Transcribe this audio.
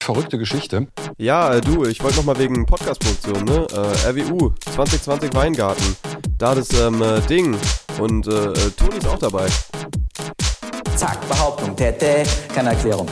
verrückte Geschichte. Ja, äh, du, ich wollte nochmal wegen Podcast-Produktion, ne? Äh, RWU 2020 Weingarten. Da das ähm, äh, Ding. Und äh, äh, Toni ist auch dabei. Zack, Behauptung, tete, keine Erklärung.